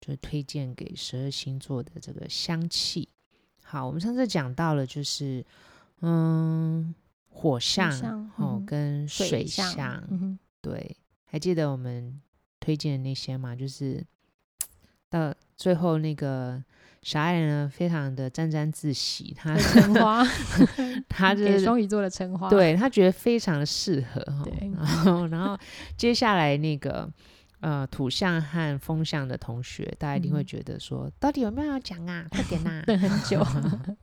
就推荐给十二星座的这个香气。好，我们上次讲到了，就是嗯，火象象哦、嗯跟水象嗯哼对，还记得我们推荐的那些吗？就是到最后那个小爱人呢，非常的沾沾自喜，他 橙花，嗯 他就给是双鱼座的橙花，，对他觉得非常的适合哈。对然后，然后接下来那个呃土象和风象的同学，大家一定会嗯觉得说，到底有没有要讲啊？快点呐、等很久。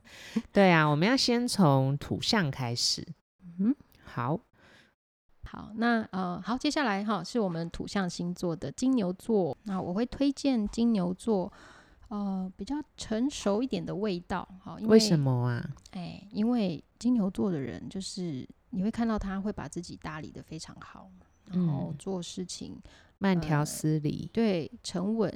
对啊，我们要先从土象开始。嗯，好，好，那呃，好，接下来哈是我们土象星座的金牛座，那我会推荐金牛座，呃，比较成熟一点的味道，好，因为什？么啊？哎，因为金牛座的人就是你会看到他会把自己打理的非常好，然后嗯做事情、慢条呃斯理。对沉稳，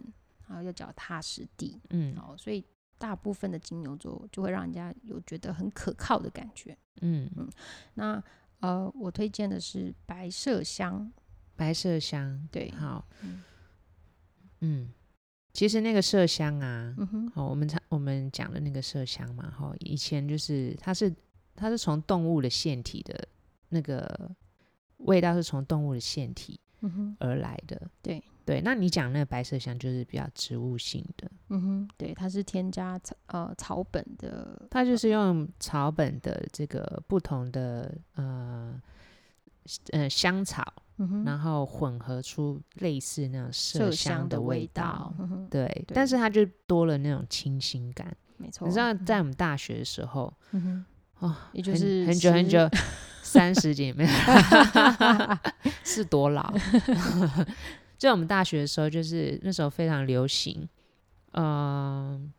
然后又脚踏实地，嗯好，所以大部分的金牛座就会让人家有觉得很可靠的感觉。嗯，那呃，我推荐的是白麝香，白麝香。对，好嗯，嗯，其实那个麝香啊，嗯哼。好，我们常我们讲的那个麝香嘛，哈，以前就是它是它是从动物的腺体的那个味道是从动物的腺体嗯哼，而来的。对对，那你讲那个白麝香就是比较植物性的，嗯哼，对，它是添加草呃草本的，它就是用草本的这个不同的呃呃香草，嗯哼，然后混合出类似那种麝麝香香的味味道。嗯哼，对，但是它就多了那种清新感。没错，你知道，在我们大学的时候，嗯哼，哦，也就很是很久很十 久，三十几年没有，是多老？ 就我们大学的时候，就是那时候非常流行，嗯、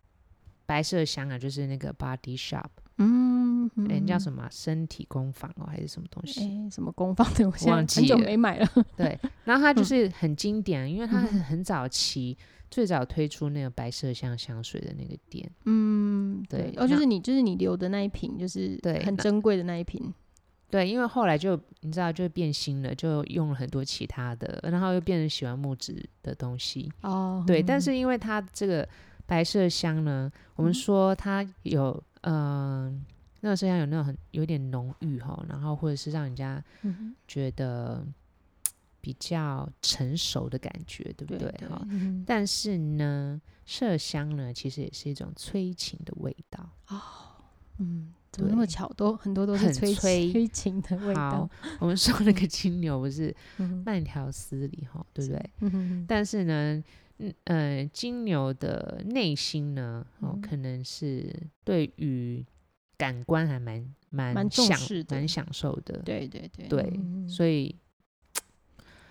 白色香啊，就是那个 Body Shop，嗯，哎、那叫什么？么啊身体工坊哦，还是什么东西？哎，什么工坊 的？我现在忘很记久了没买了。对，然后它就是很经典，啊因为它嗯很很早期，最早推出那个白色香香水的那个店，嗯， 对哦，就那是你，就是你留的那一瓶，就是对很那珍贵的那一瓶。对，因为后来就你知道就变新了，就用了很多其他的，然后又变成喜欢木质的东西，哦，对，嗯但是因为它这个白麝香呢，我们嗯说它有嗯、呃那个麝香有那种很有点浓郁哈，然后或者是让人家嗯哼觉得比较成熟的感觉，对不对对哈？嗯但是呢，麝香呢，其实也是一种催情的味道。嗯，怎么那么对巧？都很多都是很催 催催情的味道 好。，我们说那个金牛不是嗯哼慢条斯理哈，对不对？嗯哼，但是呢，嗯呃，金牛的内心呢，哦嗯，可能是对于感官还蛮蛮蛮重享视的蛮享受的，对对对对嗯所以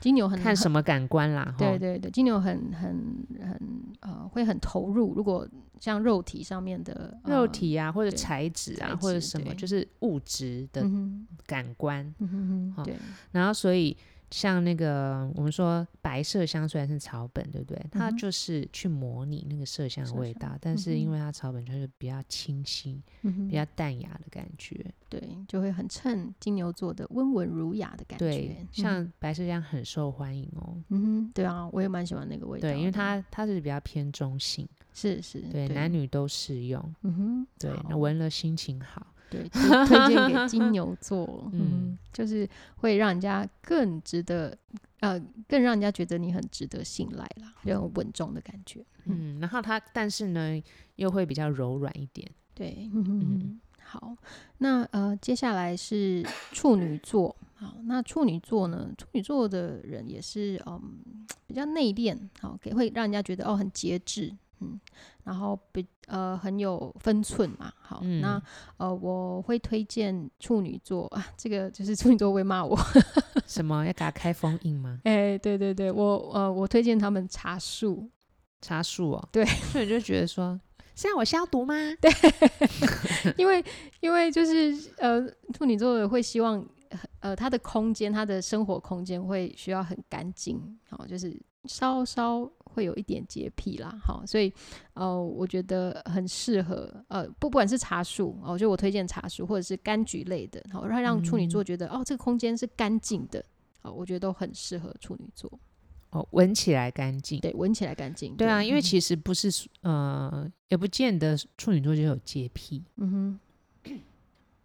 金牛很看什么感官啦，对吼对对，金牛很很很呃，会很投入。如果像肉体上面的、呃、肉，体啊，或者对材质啊材，或者质什么，对就是物质的嗯哼感官，嗯哼哦哼，对，然后所以。像那个我们说白麝香虽然是草本，对不对？它嗯哼就是去模拟那个麝香的麝味香道，但是嗯因哼为它草本就是比较清新、嗯哼比较淡雅的感觉。对，就会很衬金牛座的温文儒雅的感觉。对嗯，像白麝香很受欢迎哦。嗯哼，对啊，我也蛮喜欢那个味道的。对，因为它它是比较偏中性，是是对，男女都适用。嗯哼，对，那好闻了心情好。对推推荐给金牛 座，嗯嗯哼，就是会让人家更值得，呃，更让人家觉得你很值得信赖啦，这种稳重的感觉。嗯，然后它但是呢又会比较柔软一 点。对，嗯哼哼，好，那呃，接下来是处女座。好，那处女座呢？处女座的人也是，嗯，比较内敛，好，给会让人家觉得哦很节制，嗯，然后比呃很有分寸嘛。好，嗯那呃我会推荐处女座啊，这个就是处女座会骂我， 什么要给它开封印吗？哎、对对对，我呃我推荐他们茶树，茶树哦，对，所以你就觉 得说是让我消毒吗？因为因为就是呃，处女座的会希望呃，他的空间，他的生活空间会需要很干净，好、就是稍稍会有一点洁癖啦，好、所以呃，我觉得很适合呃，不不管是茶树哦，就我推荐茶树或者是柑橘类的，好、让让处女嗯座觉得、哦，这个空间是干净的，好、我觉得都很适合处女座，哦，闻起来干净。对，闻起来干净，对啊，因为嗯其实不是说呃，也不见得处女座就有洁癖。嗯哼，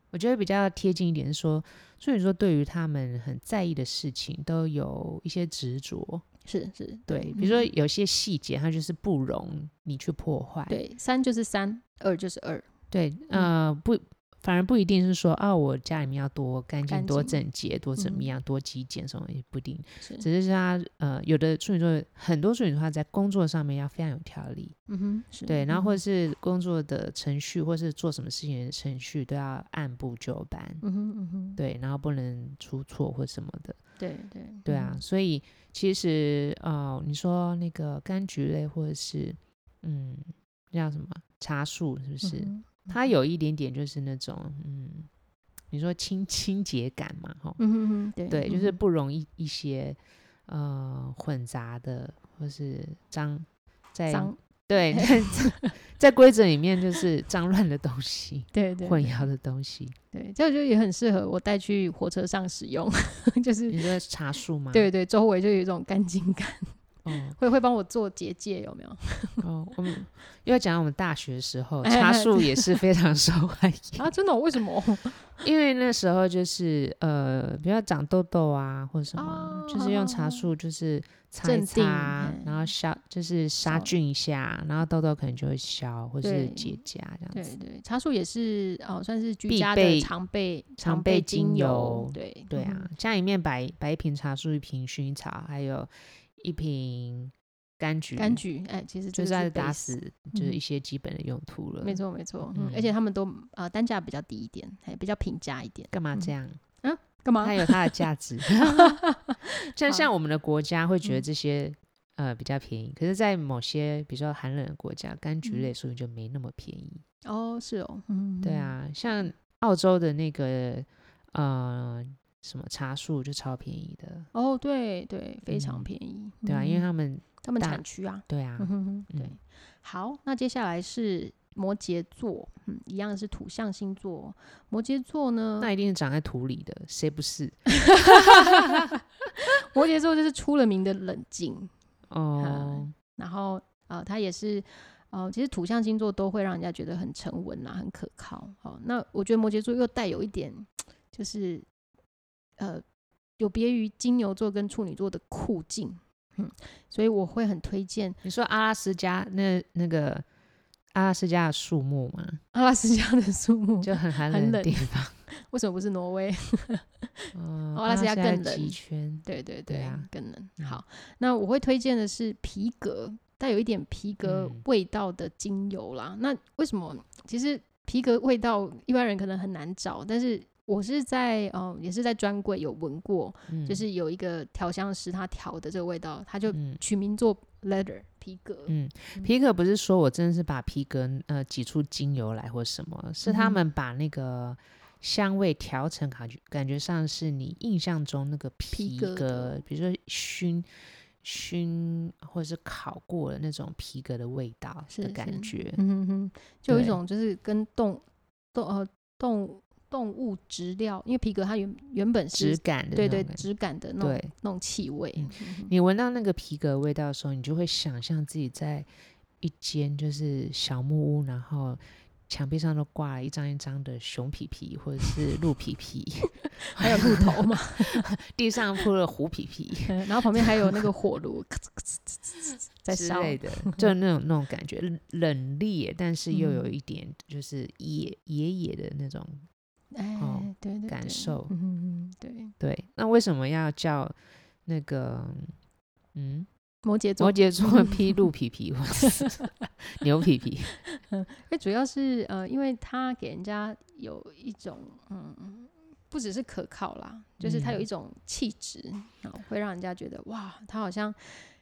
我觉得比较贴近一点是说，处女座对于他们很在意的事情都有一些执着。是是，对，比如嗯说有些细节，它就是不容你去破坏。对，三就是三，二就是二，对，呃，不，反而不一定是说啊，我家里面要多干净、干多净嗯整洁、多怎么样、多极简什么也不一定，是，只是他呃，有的处女座，很多处女座他在工作上面要非常有条理，嗯哼，是，对，然后嗯或者是工作的程序，或是做什么事情的程序都要按部就班，哼嗯哼嗯哼，对，然后不能出错或什么的，对对嗯对啊，，所以其实呃，你说那个柑橘类或者是嗯，那叫什么茶树是不是？嗯它有一点点就是那种嗯，你说清清洁感嘛，哈，嗯哼哼，对对，就是嗯不容易一些呃混杂的或是脏在脏，对在 规则里面就是脏乱的东西、对 对混对淆的东西。对，这个就也很适合我带去火车上使用， 就是你说茶树吗？对对，周围就有一种干净感， 哦会会帮我做结界，有没 有？哦，我们又要讲到我们大学的时候，哎茶哎树也是非常 受欢迎。啊，真的哦、为什 么？因为那时候就是呃，比如长痘痘啊，或者什么啊，哦就是用茶哦树就是擦一镇定擦，然后哎消就是杀消菌一下，然后痘痘可能就会消或是对结痂这样对嗯子。对，茶树也是哦，算是居必家备的常备常常备备精油油，对嗯对啊，，家里面摆摆一瓶茶树，一瓶薰衣草，还有一瓶柑橘，嗯柑橘，哎，其实就这是个在是打 base，死就是嗯一些基本的用途了。没，错没错，嗯，而嗯且他们都呃单价比较低一点，还比较平价一点，干嘛嗯这样？干嘛它？有它的价值。像像我们的国家会嗯觉得这些、呃比较便宜，可是，在某些比较寒冷的国家，柑橘类所以就没那么便宜。 哦，是哦，嗯，对嗯，啊，像澳洲的那个呃什么茶树就超便宜的，哦，对对，非嗯常便宜。对啊，因为嗯他们他们大产区啊，对啊嗯，哼哼，嗯对。好，那接下来是摩羯座，嗯，一样是土象星座哦。摩羯座呢，那一定是长在土里的，谁不是？ 摩羯座就是出了名的冷静，哦，然后呃，他也是。哦，其实土象星座都会让人家觉得很沉稳啦，很可靠。哦，那我觉得摩羯座又带有一点，就是呃，有别于金牛座跟处女座的酷劲，嗯，所以我会很推荐你说阿拉斯加那那个阿拉斯加的树木嘛，阿拉斯加的树木，就很寒很冷的冷地方， 为什么不是挪威？嗯 哦阿拉斯加的更冷极圈，对对对啊更能嗯好。那我会推荐的是皮革，带有一点皮革嗯味道的精油啦。那为什么？其实皮革味道一般人可能很难找，但是我是在哦、呃也是在专柜有闻过，嗯就是有一个调香师他调的这个味道，他就嗯。取名做 leather 皮革。嗯，皮革不是说我真的是把皮革呃挤出精油来或什么，是他嗯们把那个香味调成感觉感觉上是你印象中那个皮皮革，革的比如说熏熏或者是烤过的那种皮革的味道的是感是觉。嗯哼哼，就有一对种就是跟动动呃动动物植料，因为皮革它原原本质是感的对那种对感觉质感的那种对，那种气味。嗯嗯哼你闻到那个皮革的味道的时候，你就会想象自己在一间就是小木屋，然后墙壁上都挂了一张一张的熊皮皮或者是鹿皮皮， 还有鹿头嘛， 地上铺了虎皮皮嗯然后旁边还有那个火炉咔哧咔哧哧哧哧 在之烧， 类的，就那种那种感觉，冷冷冽，但是又有嗯一点就是野野野的那种。哦哎，对对对，感受嗯哼哼对，对，那为什么要叫那个嗯摩羯座 摩，羯座披鹿皮皮或者是牛 皮皮？因为主要是呃，因为它给人家有一种嗯，不只是可靠啦，就是它有嗯一种气质，然后会让人家觉得哇，它好像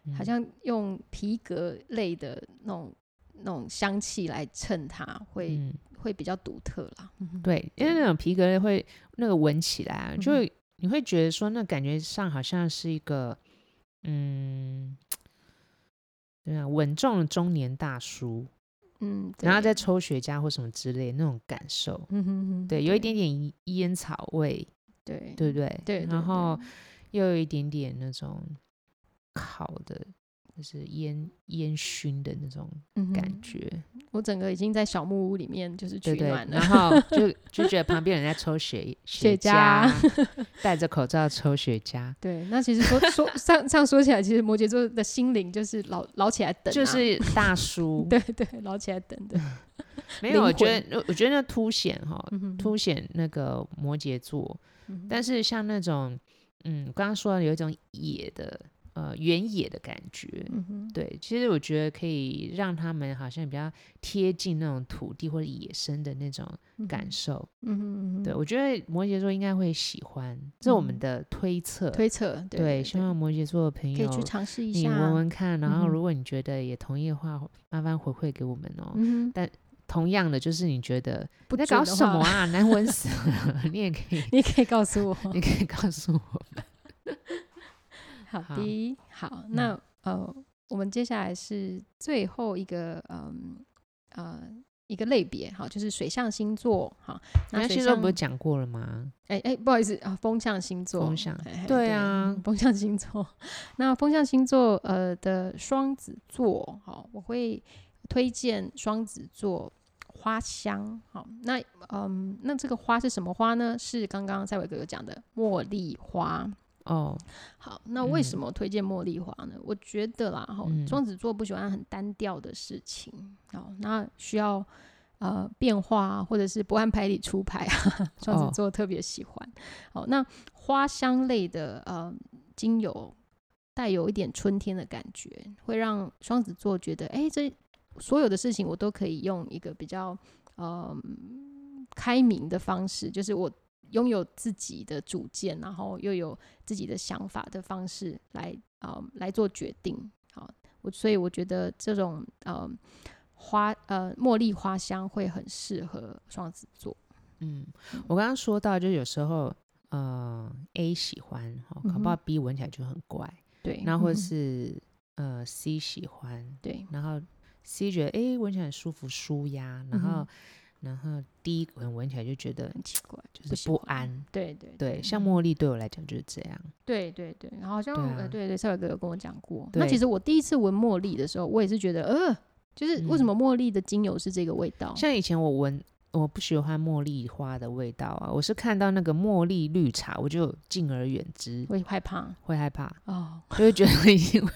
嗯好像用皮革类的那种那种香气来衬它，会、嗯，会比较独特啦。嗯哼对，因为那种皮革的会那个闻起来啊，就嗯会你会觉得说，那感觉上好像是一个，嗯，对啊，稳重的中年大叔，嗯，对然后再抽雪茄或什么之类那种感受，嗯哼哼，对，有一点点烟草味，对对不对？对，对然后又有一点点那种烤的，就是烟烟熏的那种感，对嗯觉，哼我整个已经在小木屋里面就是取对对暖，了。然后就就觉得旁边人在抽雪雪啊茄，戴着口罩抽雪 茄，对，那其实说说上上说起来，其实摩羯座的心灵就是老老起来 等、啊，就是嗯大叔。对对，老起来等的，没有，我灵觉得我觉得那凸显哈，嗯哼凸显那个摩羯座。嗯哼但是像那种，嗯，刚刚说的有一种野的，呃，原野的感觉。嗯哼，对，其实我觉得可以让他们好像比较贴近那种土地或者野生的那种嗯感哼，受。嗯哼嗯哼，对，我觉得摩羯座应该会喜欢，这是我们嗯的推测。推测，对对，希望摩羯座的朋可以友去尝试一你下，闻闻看，然嗯哼后如果你觉得也同意的话，麻烦回馈给我们哦。嗯哼，同样的，就是你觉得不 你在准搞的什么话？啊，难闻死了，你也可以， 你可以告 诉我，你可以告诉我。好好嗯的，好，那、呃，我们接下来是最后一个，嗯呃，一个类别，好，就是水象星座，好，那那水星座象不是，讲过了吗？哎哎，不好意思啊，风象星座，风象哎哎对啊嗯风象星座， 那风象星座呃的双子座，好，我会推荐双子座。花香，好，那嗯，那这个花是什么花呢？是刚刚赛伟哥哥讲的茉莉花，哦，好，那为什嗯么推荐茉莉花呢？我觉得啦，哈嗯，双子座不喜欢很单调的事情，哦，那需要呃变化啊，或者是不按牌理出牌啊，双哦子座特别喜欢。好，那花香类的呃精油带有一点春天的感觉，会让双子座觉得，哎、这所有的事情我都可以用一个比较呃开明的方式，就是我拥有自己的主见，然后又有自己的想法的方式来呃来做决定。好，我所以我觉得这种呃花呃茉莉花香会很适合双子座。嗯，我刚刚说到，就有时候，呃，A 喜欢，哦，嗯搞不好哼 B 闻起来就很怪，对，然后嗯或者是呃 C 喜欢，对，然后 C 觉得哎闻起来很舒服舒压，然嗯哼后、然后 D 可能闻起来就觉得很奇怪，就不是喜不欢嗯安。对对对，像茉莉对我来讲就是这样。对对对，然后好像对啊呃对对，少伟哥有跟我讲过。那对其实我第一次闻茉莉的时候，我也是觉得呃，就是为什嗯么茉莉的精油是这个味道？像以前我闻，我不喜欢茉莉花的味道啊，我是看到那个茉莉绿茶，我就敬而远之，会害怕会害怕，哦，就会 觉得因为。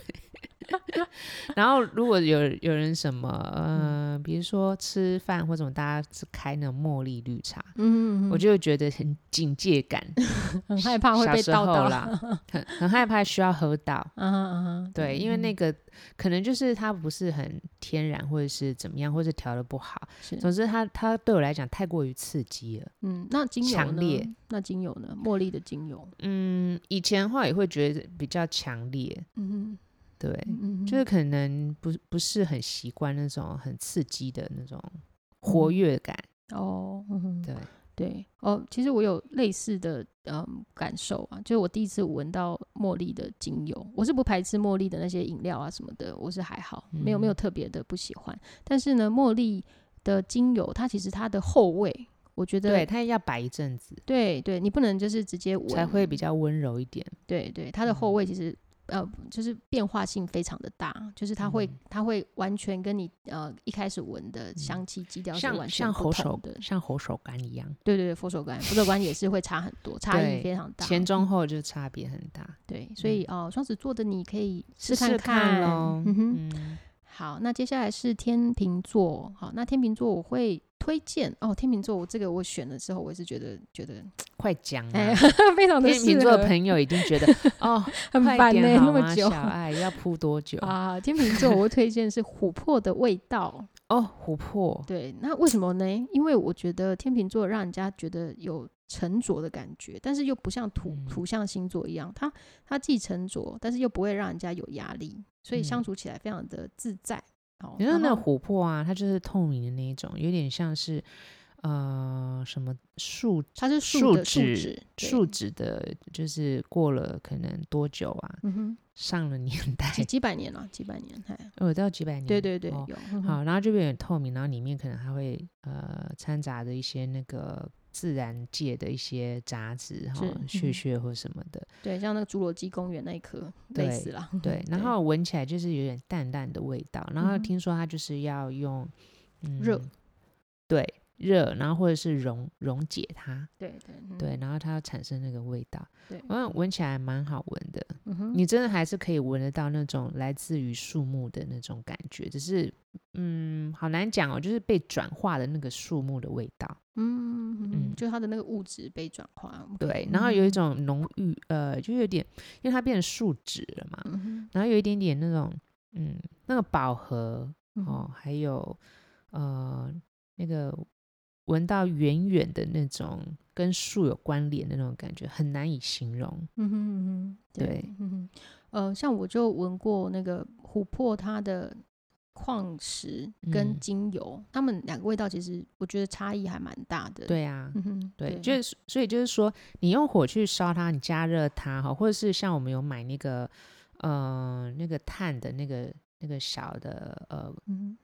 然后，如果有有人什么，嗯呃，比如说吃饭或者什么，大家是开那种茉莉绿茶，嗯，我嗯就会觉得很警戒感，嗯很害怕会小被时倒候到啦， 很很害怕需要喝到。嗯哼嗯哼，对，因为那个可能就是它不是很天然，或者是怎么样，或者调的不好。是总之它，它对我来讲太过于刺激了。嗯，那精油强呢烈那精油呢？茉莉的精油，嗯，以前的话也会觉得比较强烈，嗯对，哼嗯哼，就是可能不不是很习惯那种很刺激的那种活跃感。哦，嗯哼对，对哦，其实我有类似的嗯感受啊，就是我第一次闻到茉莉的精油，我是不排斥茉莉的那些饮料啊什么的，我是还好，没有没有嗯特别的不喜欢。但是呢，茉莉的精油它其实它的后味，我觉得对，它要摆一阵子对对你不能就是直接闻，才会比较温柔一点。对对，它的后嗯味其实。呃，就是变化性非常的大，就是它会，嗯它会完全跟你呃一开始闻的香气基调是像完全像不猴同手的，像猴手柑一样，对对对，佛手柑，佛手柑也是会差很多，差异对非常大。嗯前中后就差别很大，对，所以哦，呃双子座的你可以试嗯试看看喽。嗯哼，嗯好，那接下来是天秤座。好，那天秤座我会推荐哦，天秤座，我这个我选了之后，我也是觉得觉得快讲啊！ 哎，非常的天秤座的友朋友一定觉得哦， 很快烦呢、点好那吗？么久小爱要铺多久？啊。天秤座，我会推荐是琥珀的味道。哦，琥珀，对，那为什么呢？因为我觉得天秤座让人家觉得有沉着的感觉，但是又不像土嗯土象星座一样，它它既沉着，但是又不会让人家有压力，所以相嗯处起来非常的自在。好，你说然那后琥珀啊，它就是透明的那一种，有点像是呃什么树它是树树的树脂脂，对树脂的，就是过了可能多久啊？嗯哼，上了年代，几几百年了，几百年，哎， 哦，到几百年，对对对，哦有。嗯哼好，然后就变得透明，然后里面可能还会呃掺杂着一些那个自然界的一些杂质哈是，嗯屑屑或什么的，对，像那个侏罗纪公园那一颗类对似啦。对，然后闻起来就是有点淡淡的味道，然后嗯哼听说它就是要用、嗯、热，对热，然后或者是溶溶解它，对对嗯对，然后它要产生那个味道，对嗯，闻起来蛮好闻的，嗯哼，你真的还是可以闻得到那种来自于树木的那种感觉，只是嗯，好难讲哦，就是被转化的那个树木的味道。嗯嗯嗯，就它的那个物质被转化，对，然后有一嗯种浓郁，呃，就有点，因为它变成树脂了嘛，嗯哼然后有一点点那种，嗯，那个饱和嗯哼哦，还有呃，那个闻到远远的那种跟树有关联的那种感觉，很难以形容。嗯哼嗯哼，对，嗯哼，呃，像我就闻过那个琥珀，它的矿石跟嗯精油，它们两个味道其实我觉得差异还蛮大的。，对啊，嗯哼，对，就是所以就是说，你用火去烧它，你加热它哈，或者是像我们有买那个呃那个炭的那个那个小的呃嗯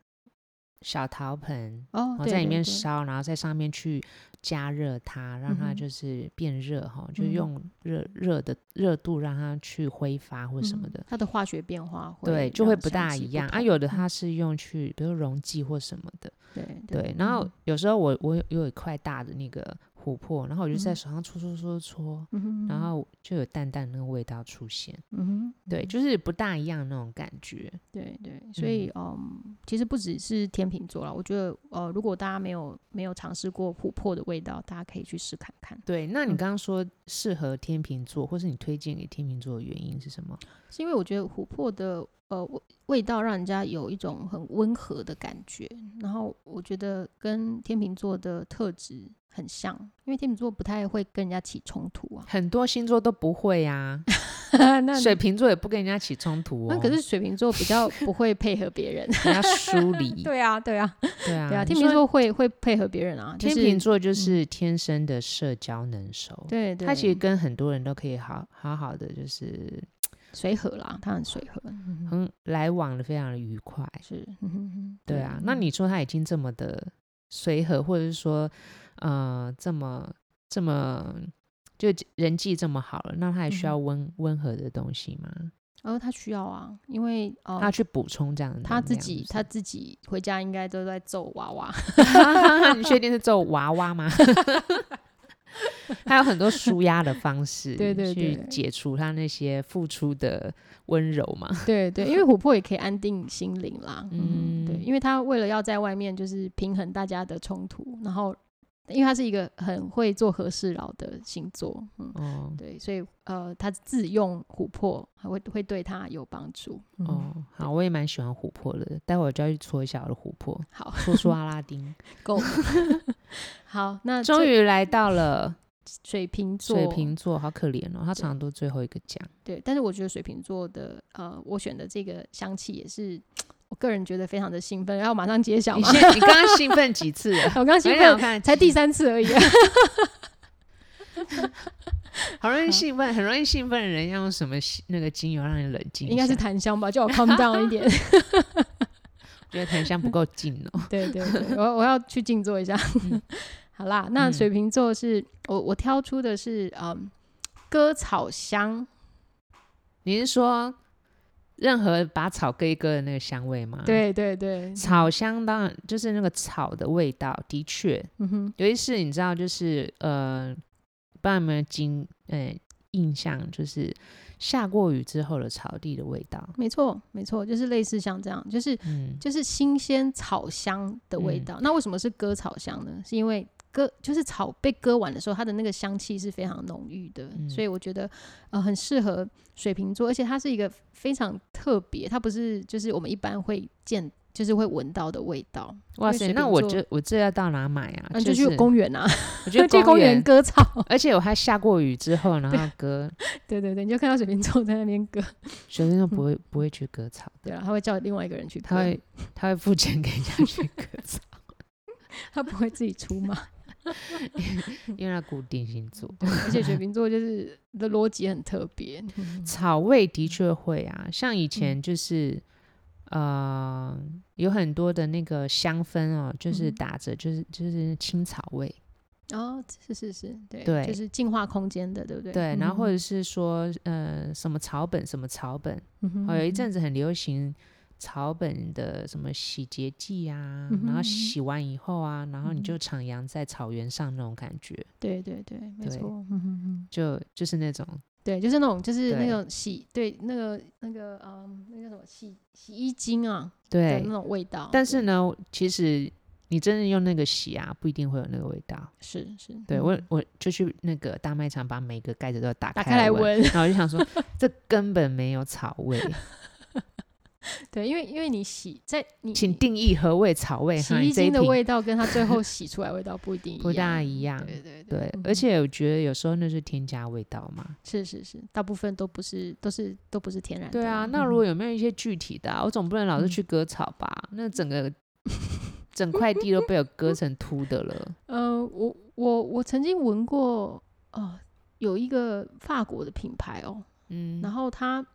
小陶盆，哼，哦然，后对在里对面对烧，然后在上面去加热它，让嗯它哼就是变热哈，就嗯哼用热热的热度让它去挥发或什么嗯的。它的化学变化会对，就会让不香大气一样啊。同有的嗯它是用去，比如溶剂或什么的，对对。然后嗯有时候我我有有一块大的那个琥珀，然后我就在嗯手上搓搓搓搓，嗯哼然后就有淡淡那个味道出现。嗯哼，对，就是不大一样那种感觉。对对，所以嗯其实不只是天秤座啦，我觉得呃，如果大家没有没有尝试过琥珀的味道，大家可以去试看看，对，那你嗯刚刚说适合天秤座，或是你推荐给天秤座的原因是什么？是因为我觉得琥珀的呃味味道让人家有一种很温和的感觉，然后我觉得跟天秤座的特质很像，因为天秤座不太会跟人家起冲突啊，很多星座都不会呀、 那水瓶座也不跟人家起冲突哦。那可是水瓶座比较不会配合别 人，人家疏 离，对啊对啊对啊，对啊，你天说秤座会会配合别人啊，就天是秤座就是天生的社交能手，对对，他其实跟很多人都可以好好好的，就是随和啦，他很随和，嗯哼很来往的非常的愉快。是，嗯哼哼对啊，那嗯你说他已经这么的随和，或者是说，呃，这么这么就人际这么好了，那他还嗯需要温、温和的东西吗？然后他需要啊，因为哦、他去补充这样的他能自量己是不他自己回家应该都在揍娃娃，是 你确定是揍娃娃吗？ 他有很多舒压的方式，对对去对解除他那些付出的温柔嘛。对对，因为琥珀也可以安定心灵啦，嗯，对，嗯因为他为了要在外面就是平衡大家的冲突，然后因为他是一个很会做和事佬的星座，嗯。哦对，所以呃，他自用琥珀还会会对他有帮助。嗯，哦，好，我也蛮喜欢琥珀的，待会儿就要去搓一下我的琥珀，好， 搓搓阿拉丁。 够了。 好，那终于于来到了。水瓶座，水瓶座好可怜哦，他常常都最后一个讲。对，但是我觉得水瓶座的呃，我选的这个香气也是我个人觉得非常的兴奋，然后马上揭晓你嘛。现你刚刚兴奋几次了？ 我刚我兴想我奋看才第三次而已、啊，好容易兴奋，很容易兴奋的人要用什么西那个精油让你冷静一下？应该是檀香吧，叫我 calm down 一点。 觉得檀香不够劲哦。对对对，我我要去静坐一下。 好啦，那嗯水瓶座是、我我挑出的是嗯割草香，你是说任何把草割一割的那个香味吗？，对对对，草香当然就是那个草的味道，的确，嗯哼，尤其是你知道，就是呃，不知道有没有经呃印象，就是下过雨之后的草地的味道。没错，没错，就是类似像这样，就是嗯，就是新鲜草香的味道。那为什么是割草香呢？是因为割就是草被割完的时候，它的那个香气是非常浓郁的，嗯所以我觉得呃很适合水瓶座，而且它是一个非常特别，它不是就是我们一般会见就是会闻到的味道。哇因为塞，水那瓶我座这我这要到哪买啊？嗯，就是去公园啊，我觉 去得公园园，割草。而且我还下过雨之后，然后割，对对对，你就看到水瓶座在那边割，学生都不会不会去割草对的，啊，他会叫另外一个人去割，他会他会付钱给人家去割 草，他不会自己出马。 因为他固定星座。而且水瓶座就是的逻辑很特别，草味的确会嗯啊，像以前就是、呃，有很多的那个香氛哦，就是嗯打着就是就是青草味，哦，是是是，对，对就是净化空间的，对不对？对，然后或嗯者是说呃什么草本什么草本，嗯哼哦有一阵嗯子很流行。草本的什么洗洁剂啊，嗯哼然后嗯哼洗完以后啊，然后你嗯就徜徉在草原上那种感觉，哼对对对，没对错，嗯哼哼就就是那种对，就是那种就是那对种洗对那个那个嗯那个什么洗洗衣精啊的对那。种味道，但是呢，其实你真的用那个洗啊，不一定会有那个味道。是是，对嗯我，我就去那个大卖场把每个盖子都打打开开来闻，闻，然后我就想说，这根本没有草 味，对，因为因为你洗在你请定义何谓草味哈，洗你衣这精一的瓶味道跟它最后洗出来味道不一定一样， 不大一样。对对对，对嗯，而且我觉得有时候那是添加味道嘛。是是是，大部分都不是都是都不是天然的对啦，啊，那嗯如果有没有一些具体的、啊？我总不能老是嗯去割草吧？那整个整块地都被我割成秃的了。 呃，我我我曾经闻过，呃，有一个法国的品牌哦，嗯，然后它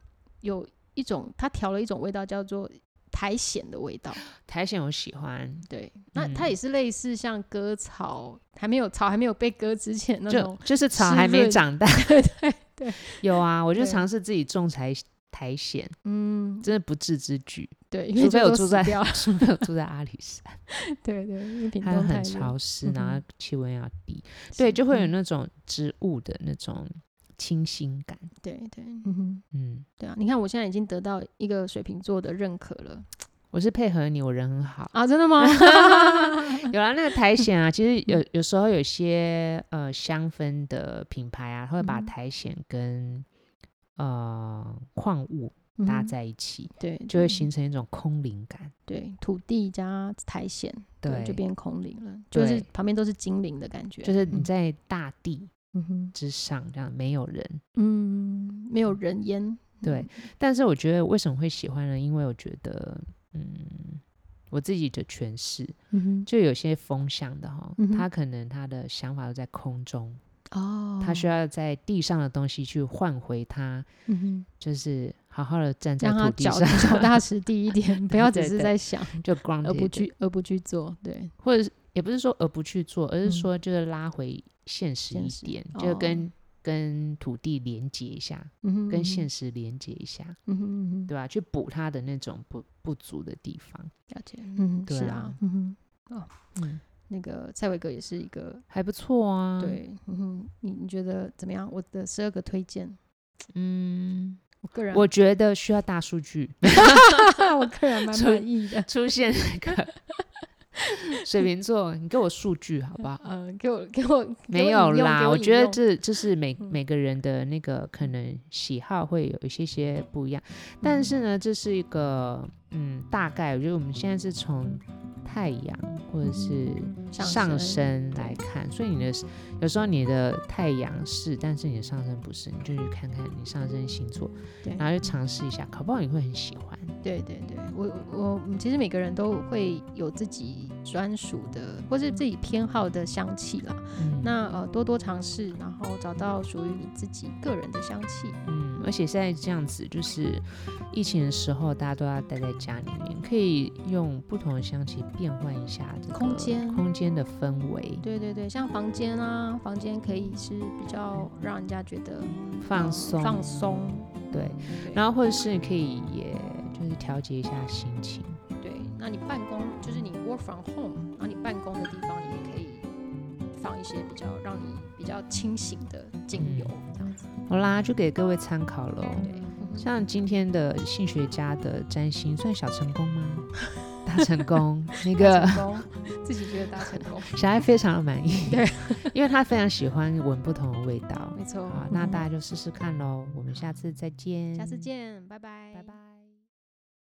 有一种，它调了一种味道叫做苔藓的味道，苔藓我喜欢，对，那它嗯也是类似像割草，还没有草还没有被割之前那就种，就是草湿还没润长大。 对对对，有啊，我就对尝试自己种苔苔藓，嗯，真的不智之举。对，因为除非就我都住死在掉了， 除非我住在阿里山， 对对，因为屏它东太很热，潮湿，嗯然后哼气温要低，对，是就会有嗯那种植物的那种清新感。对对，嗯哼，嗯，对啊，你看我现在已经得到一个水瓶座的认可了我是配合你，我人很 好。啊，真的吗？有了那个苔藓啊，其实有有时候有些呃香氛的品牌啊，它会把嗯苔藓跟呃矿物搭嗯在一起，对，就会对形成一种空灵感。对，土地加苔藓，对，就对变空灵了，就是对旁边都是精灵的感觉，就是你嗯，在大地嗯哼，之上，这样没有人，嗯，没有人烟，嗯对，但是我觉得为什么会喜欢呢？因为我觉得，嗯，我自己的诠释，嗯就有些风向的哈、嗯哼他可能他的想法都在空中，哼，哦，他需要在地上的东西去换回他，嗯哼，就是好好的站在让他土地脚上， 脚踏实地一点，不对要只对是对在想， 就 ground 而不去而不去做，对，或者是也不是说而不去做，而是嗯说就是拉回现实现一实点，哦就跟、跟土地连接一下，嗯哼，跟现实，实连接一下，嗯哼嗯哼，对吧？去补他的那种不不足的地方，了解，嗯，对是啊啊，嗯哼，哦，嗯，那个蔡伟哥也是一个，还不错啊。。对，嗯哼，你你觉得怎么样？我的十二个推荐，嗯，我个人，我觉得需要大 数据 我个人蛮所以满意的。出现那个 水瓶座，你给我数据好不好？嗯，给我给我没有啦，我觉得这。这就是每嗯每个人的那个可能喜好会有一些些不一样，嗯但是呢，这是一个嗯大概，我觉得我们现在是从太阳或者是上上升升来看，所以你的有时候你的太阳是，但是你的上升不是，你就去看看你上升星座对，然后去尝试一下，搞不好你会很喜欢。对对对，我我嗯其实每个人都会有自己专属的，或是自己偏好的香气啦。嗯那呃，多多尝试，然后找到属于你自己个人的香气。嗯，而且现在这样子，就是疫情的时候，大家都要待在家里面，可以用不同的香气变换一下这个空间空间的氛围，对对对，像房间啊，房间可以是比较让人家觉得放呃松，放松。对，对然后或者是可以，也就是调节一下心情，对，那你办公就是你 work from home，然后你办公的地方，你也可以放一些比较让你比较清醒的嗯精油，这样子。好啦，就给各位参考喽。对，嗯像今天的性学家的占星算小成功吗？ 大成功，那达个成功，自己觉得达成功，小爱非常的满意，对，因为她非常喜欢闻不同的味道。没错好，。那大家就试试看喽。我们下次再见，下次，见，拜拜，拜拜。